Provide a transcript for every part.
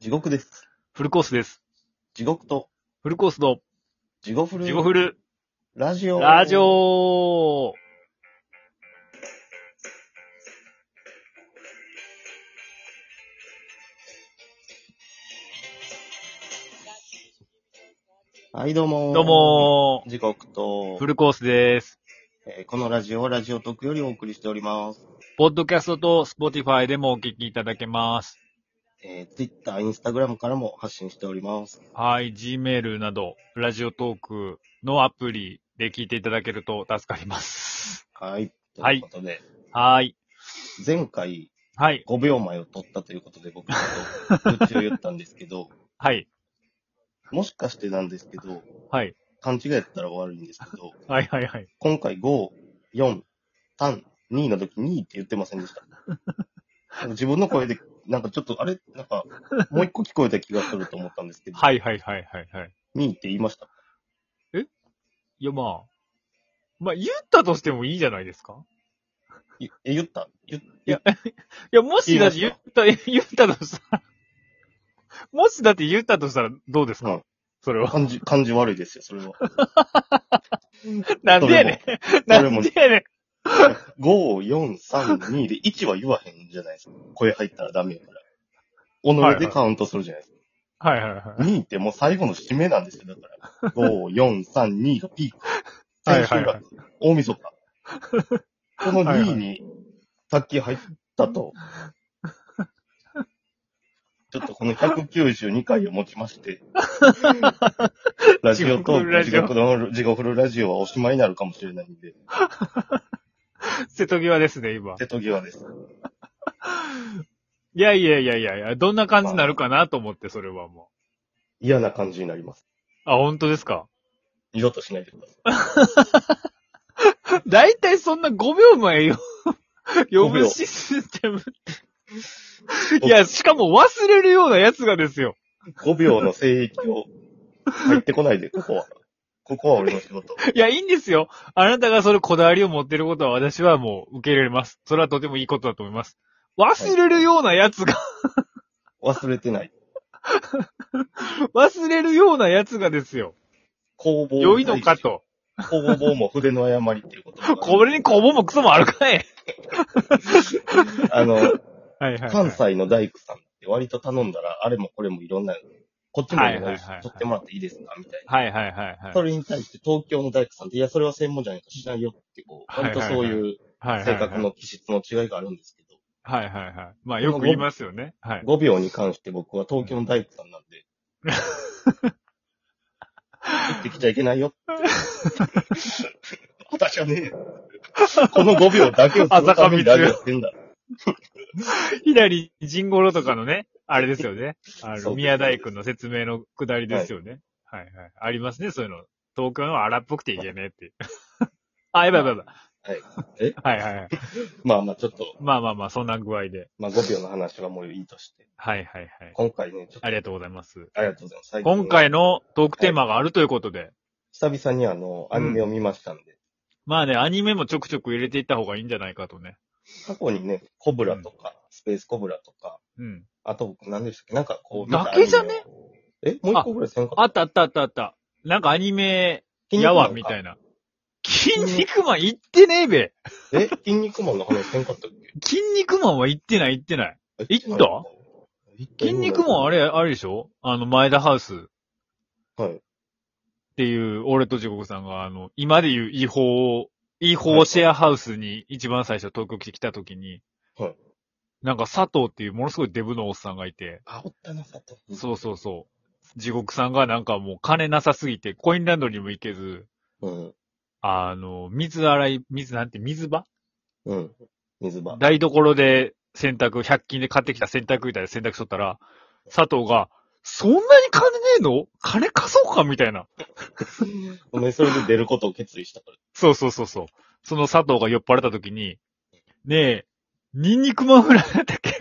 地獄です。フルコースです。地獄と、フルコースの、地獄フル、ジゴフル、ラジオ。ラジオはい、どうも。どう。も地獄とー、フ、ルコースです。えーこのラジオはラジオトークよりお送りしております。ポッドキャストとスポティファイでもお聞きいただけます。えー、Twitter、Instagram からも発信しております。はい、Gmail など、ラジオトークのアプリで聞いていただけると助かります。はい。はといいうことで、はい。前回はい。 5秒前を取ったということで僕ちょっと愚痴を言 ったんですけど、はい。もしかしてなんですけど、はい。勘違いだったら悪いんですけど、はいはいはい。今回5、4、3、2の時2って言ってませんでした。なんか自分の声で、なんかちょっと、あれなんか、もう一個聞こえた気がすると思ったんですけど、はいはいはいはいはい。 2って言いました。いやまあ、まあ言ったとしてもいいじゃないですかいえ、言った言いや、もしだって言言いった、 言ったとしたら、もしだって言ったとしたらどうですか、うんそれは。感じ、感じ悪いですよ、それは。 なんでやねん。そなれもんでやねん。 5、4、3、2で1は言わへんじゃないですか。声入ったらダメやから。己でカウントするじゃないですか。はいはいはい。 2ってもう最後の締めなんですよ、だ から。5、4、3、2がピーク。はい先はい週はいが大晦日。このはいは2いに、さっき入ったと。ちょっとこの192回をもちまして、ラジオと地獄ラ地ジオ獄の、地獄のラジオはおしまいになるかもしれないんで、瀬戸際ですね、今。瀬戸際です。いやいやいやいやいや、どんな感じになるかなと思って、それはも嫌な感じになります。う。あ、本当です か二度としないでください。だいたいそんな5秒前 よ。呼5秒ぶシステムって。いや、しかも忘れるようなやつがですよ。 5秒の聖域を入ってこないで、ここは。ここは俺の仕事。いや、いいんですよ。あなたがそれこだわりを持ってることは私はもう受け入れます。それはとてもいいことだと思います。忘れるようなやつが、 忘れてない。忘れるようなやつがですよ。工房。良いのか。と。工房も筆の誤りっていうこと。 これにこぼもクソもあるかい。あの、はいはい、は関い。西の大工さんって割と頼んだら、あれもこれもいろんな、こっちもはいはいはいはい取ってもらっていいですかみたいな。はいはいはいはい。それに対して東京の大工さんって、いや、それは専門じゃないからしないよって、こう、割とそういうはいはい性はい格の気質の違いがあるんですけど、はいはいはい。まあよく言いますよね。はい。 5秒に関して僕は東京の大工さんなん で、言ってきちゃいけないよって。 私はね、この5秒だけをそのためにラジオやってんだ。左ジンゴロとかのね、あれですよね。あそうの、宮大君の説明のくだりですよね。はい、はい、ありますね、そういうの。東京の荒っぽくていけねえっていう。 あ、やばいやばいはい。やばい。はいはいはい。まあまあちょっと、まあまあまあ、そんな具合で。まあ5秒の話はもういいとして、はいはいはい。今回ね、ちょっとありがとうございます。ありがとうございます。最近今回のトークテーマがあるということで。久々にあの、アニメを見ましたんで、まあね、アニメもちょくちょく入れていった方がいいんじゃないかとね。過去にね、コブラとか、スペースコブラとか、うん。あと僕何でしたっけなんかこう、だけじゃね見たアニメをえもう一個ぐらいせんかあったあったあったあった。なんかアニメ、やわ、みたいいな。筋肉マン行ってねえべ。な。え筋肉マンの話せんかったっけ筋肉マンは行ってない行ってない。え行ったないのか筋肉マンあれ、あれでしょあの、前田ハウスっはい。ていう、俺と地獄さんが、あの、今で言う違法を、違法シェアハウスに一番最初東京来た時に、はいなんか佐藤っていうものすごいデブのおっさんがいて、あ、おったな、佐藤。そうそうそう。地獄さんがなんかもう金なさすぎて、コインランドリーも行けず、う。うん。あの、水洗い、水なんて水場うん。水場。台所で洗濯、100均で買ってきた洗濯板で洗濯しとったら、佐藤が、そんなに金ねえの金貸そうかみたいな。ごめん、それで出ることを決意したから。そうそうそうそう。その佐藤が酔っ払った時に、ねえ、ニンニクマンフラッシュだっけ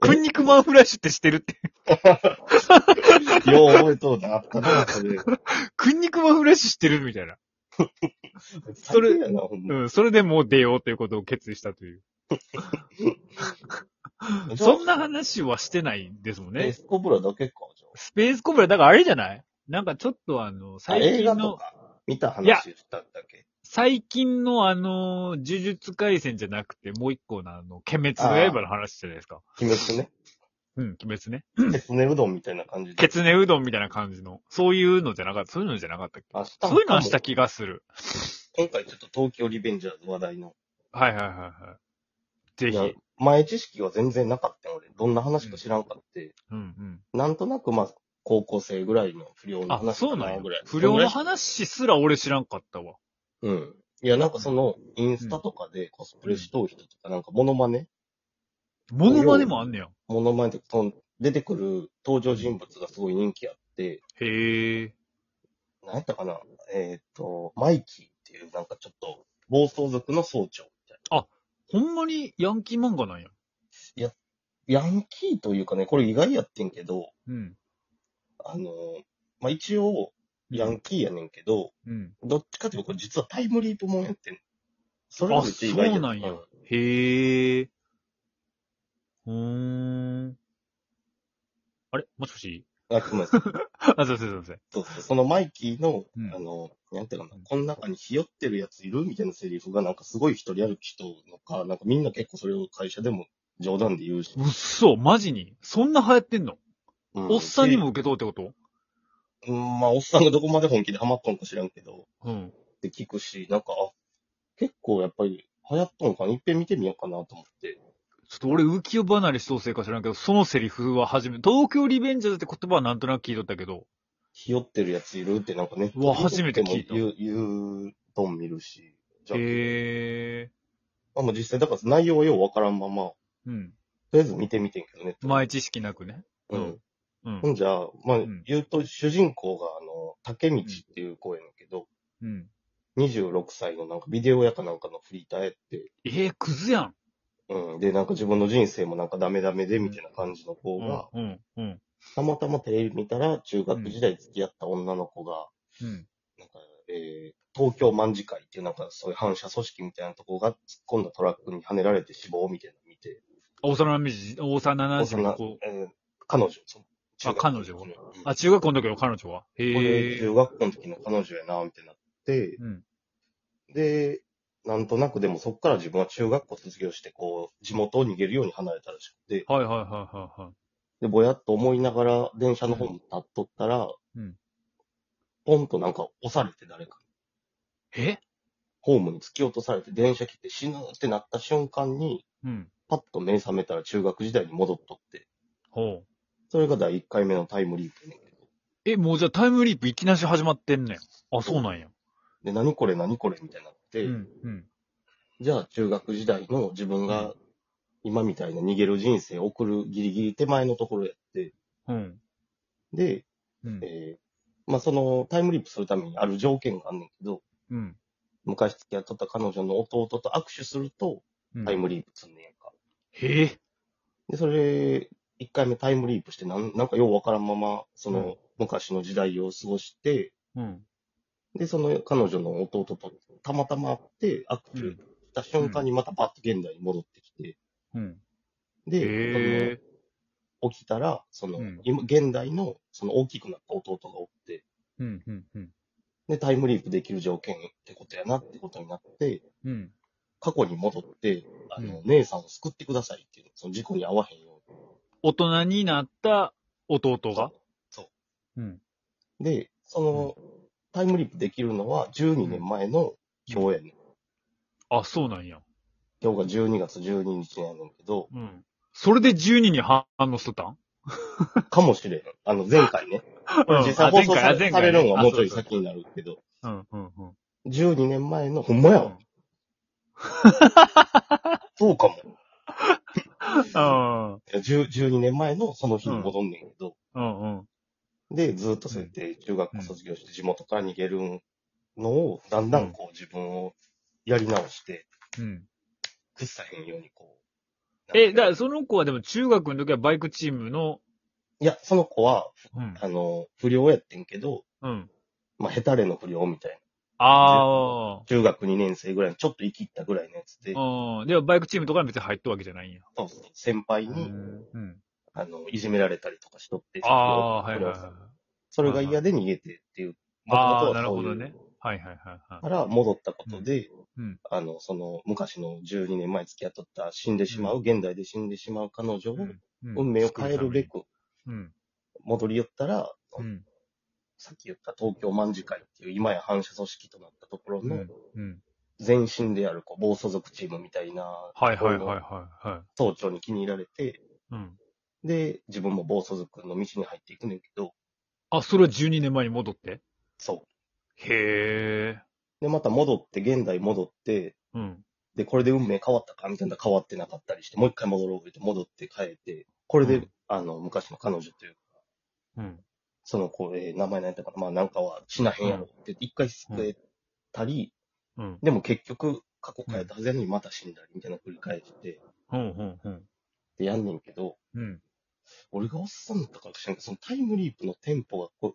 クンニクマンフラッシュってしてるって。よう覚えとうな、あったな、それ。クンニクマンフラッシュしてるみたいな。それ最低やな、ほんま。うん、それでもう出ようということを決意したという。そんな話はしてないですもんね。ねス。コブラだけか、じゃスペースコブラ、だからあれじゃないなんかちょっとあの、あ。あ最映画近との、か見たいや話したんだっけ最近のあの、呪術回戦じゃなくて、もう一個のあの、鬼滅の刃の話じゃないですか。鬼滅ね。うん、鬼滅ね。鉄ねうどんみたいな感じで。ケツネうどんみたいな感じの、そういうのじゃなかった、そういうのじゃなかったっけあ、しそういうのはした気がする。今回ちょっと東京リベンジャーズ話題の。はいはいはいはい。ぜいやひ。前知識は全然なかったよ俺。どんな話か知らんかって。うんうん。なんとなくまあ、高校生ぐらいの不良のあ、話そかうなんなやぐらい。。不良の話すら俺知らんかったわ。うん。いや、なんかその、インスタとかでコスプレしとう人とか、なんかモノマネモノマネもあんねや。モノマネとか、その出てくる登場人物がすごい人気あって、へえ。なんやったかなえっ、と、マイキーっていう、なんかちょっと、暴走族の総長みたいほんまにヤンキー漫画なんや。な。ヤンキーというかね、これ意外やってんけど、うん。あのーまあ、一応、ヤンキーやねんけど、うん。どっちかというと、これ実はタイムリープもんやってん。それあがめっちゃ意外そうなんやうんへえ。うーん。あれもしもしあ、ごめんなさい。あ、すいませんすいません。そうそうそのマイキーの、うんあの、なんていうのかうんな、この中にひよってるやついるみたいなセリフが、なんかすごい一人歩きとのか、なんかみんな結構それを会社でも冗談で言うし。うっそ、マジに。そんな流行ってんのうんおっさんにも受け取るってこでうん、まあ、おっさんがどこまで本気でハマっとんか知らんけど、とうん。って聞くし、なんか、あ、結構やっぱり流行っとんかな、一遍見てみようかなと思って。ちょっと俺浮世離れしそうせいか知らんけど、そのセリフは初め、東京リベンジャーズって言葉はなんとなく聞いとったけど、ひよってるやついるってなんかね。うわ初めて聞いた言う、言うとん見るし。じゃあ、へえ。まあまあ実際、だから内容はようわからんまま、とうん。りあえず見てみてんけどね。前知識なくね。うん。うんほ。んじゃ、まあん、言うと、主人公が、あの、竹道っていう子やねんけど、うん。 26歳のなんかビデオ屋かなんかのフリーターやって、ええ、クズやん。うん。で、なんか自分の人生もなんかダメダメで、みたいな感じの子うが、ん。うん。うん。たまたまテレビ見たら、中学時代付き合った女の子が、うん。なんか、えー、東京卍会っていうなんかそういう反射組織みたいなとこが突っ込んだトラックにはねられて死亡みたいなの見て、幼なじみ、幼馴染の子。えー彼女、その、中学あ彼女うんこあ、中学校の時の彼女は。れへえ。中学校の時の彼女やな、みたいになって、うん。で、なんとなくでもそこから自分は中学校卒業して、こう、地元を逃げるように離れたらしくて、はいはいはいはいはで、ぼやっと思いながら電車の方に立っとったら、うんポンとなんか押されて誰か、い。えホームに突き落とされて電車来て死ぬってなった瞬間に、うん。パッと目覚めたら中学時代に戻っとって、ほう。それが第1回目のタイムリープやねんけど。え、もうじゃあタイムリープいきなし始まってんねん。あ、そうなんや。で、何これ何これみたいになっうて、ん。うん。じゃあ中学時代の自分が今みたいな逃げる人生を送るギリギリ手前のところやって、うん。で、うん。えーまあそのタイムリープするためにある条件があんねんけど、うん。昔付き合っとった彼女の弟と握手するとうんタイムリープすんねんやんか。へえ。で、それ、一回目タイムリープしてなん、なんかようわからんまま、そうんの昔の時代を過ごして、うん。で、その彼女の弟とたまたま会って握手した瞬間にまたパッと現代に戻ってきて、うん。で、へえ。その起きたら、その、うん今、現代の、その大きくなった弟がおって、うん。うん。うん。で、タイムリープできる条件ってことやなってことになって、うん。過去に戻って、あの、うん姉さんを救ってくださいっていう、その事故に遭わへんように。大人になった弟が。。そううん。う。で、その、タイムリープできるのは12年前の今日やねん。あ、そうなんや。今日が12月12日やねんけど、うん。それで12に反応しとったんかもしれん。あの、前回ね。これ実際あ放送前回さあれ前回さねれるのがもうちょいあそうそう先になるけど、うん。うん。うん。 12年前の、ほんまやわ。そうかも。ういん。や10 12年前のその日に戻んねんけど、うん。うん。で、ずっとそうやって中学校卒業して地元から逃げるのを、だんだんこう自分をやり直して、うん。屈さへんようにこう。え、だからいその子はでも中学の時はバイクチームの、や、その子は、うん。あの、不良やってんけど、うん。まあ、ヘタレの不良みたいあ中学2年生ぐらいのちょっと生きったぐらいのやつで、あ。うん。でもバイクチームとかに別に入ったわけじゃないんや。そうそう先輩うに、ん。あの、いじめられたりとかしとって、ああ、はいはいはい。それが嫌で逃げてっていう、ああ、元な々るはそういうほどね。はいはいはいはい。から戻ったことで、うん。あの、その昔の12年前付き合っとった死んでしまう、現代で死んでしまう彼女を、うん運命を変えるべ。くうん。戻り寄ったら、うん。さっき言った東京卍会っていう今や反社組織となったところうのん。うん。前身であるこう暴走族チームみたいな、はいはいはいはい。はい。総長に気に入られて、うん。で、自分も暴走族の道に入っていくねんけど、あ、それは12年前に戻ってそへえ。う。で、また戻って、現代戻って、うん。で、これで運命変わったかみたいな変わってなかったりして、もう一回戻ろう言って戻って変えて、これで、うんあの、昔の彼女という、うん。その子、えー名前なんやったかな、まあなんかは死なへんやろって、一回救えたり、うん。でも結局、過去変えたはずやのにまた死んだりみたいなの繰り返して、うん。うん。うん。で、やんねんけど、うん。俺がおっさんだったからか知らんけど、そのタイムリープのテンポがこう、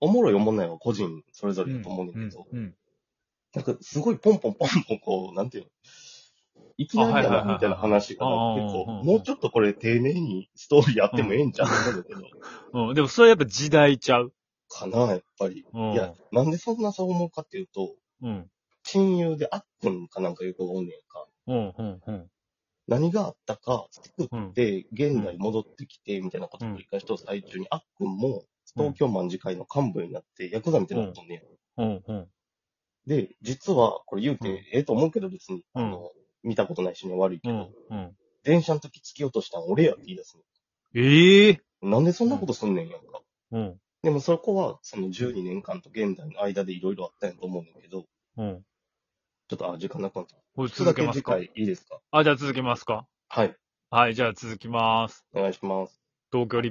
おもろいおもんないは個人それぞれだと思うねんだけど、うん。なんかすごいポンポンポンポンこう、なんていうの、いきなりだな、みたいな話が、あはいはいはい結あーうんうんう構、んもうちょっとこれ丁寧にストーリーやってもええんちゃうと思うんだけど、うん。でもそれはやっぱ時代ちゃう。かな、やっぱり。うんいや、なんでそんなそう思うかっていうと、うん。親友であっくんかなんかいう子がおんねんか、うん。うん。うん。何があったか、作って、現代戻ってきて、みたいなことを繰り返しとる最中に、あっくんも、東京卍会の幹部になって、ヤクザみたいになっとんねん。うん。うん。で、実は、これ言ううんて、ええと思うけど別に、うんあの、見たことない人には悪いけうど、ん。うん。電車の時突き落としたん俺やって言い出すええ。の。なんでそんなことすんねんやんか。うん。でもそこは、その12年間と現代の間でいろいろあったんやと思うんだけど、うん。ちょっと、あ、時間なくなった。これちょ続っとだけけます次か回いいですかあ、じゃあ続けますかはい。はい、じゃあ続きます。お願いします。東京リベ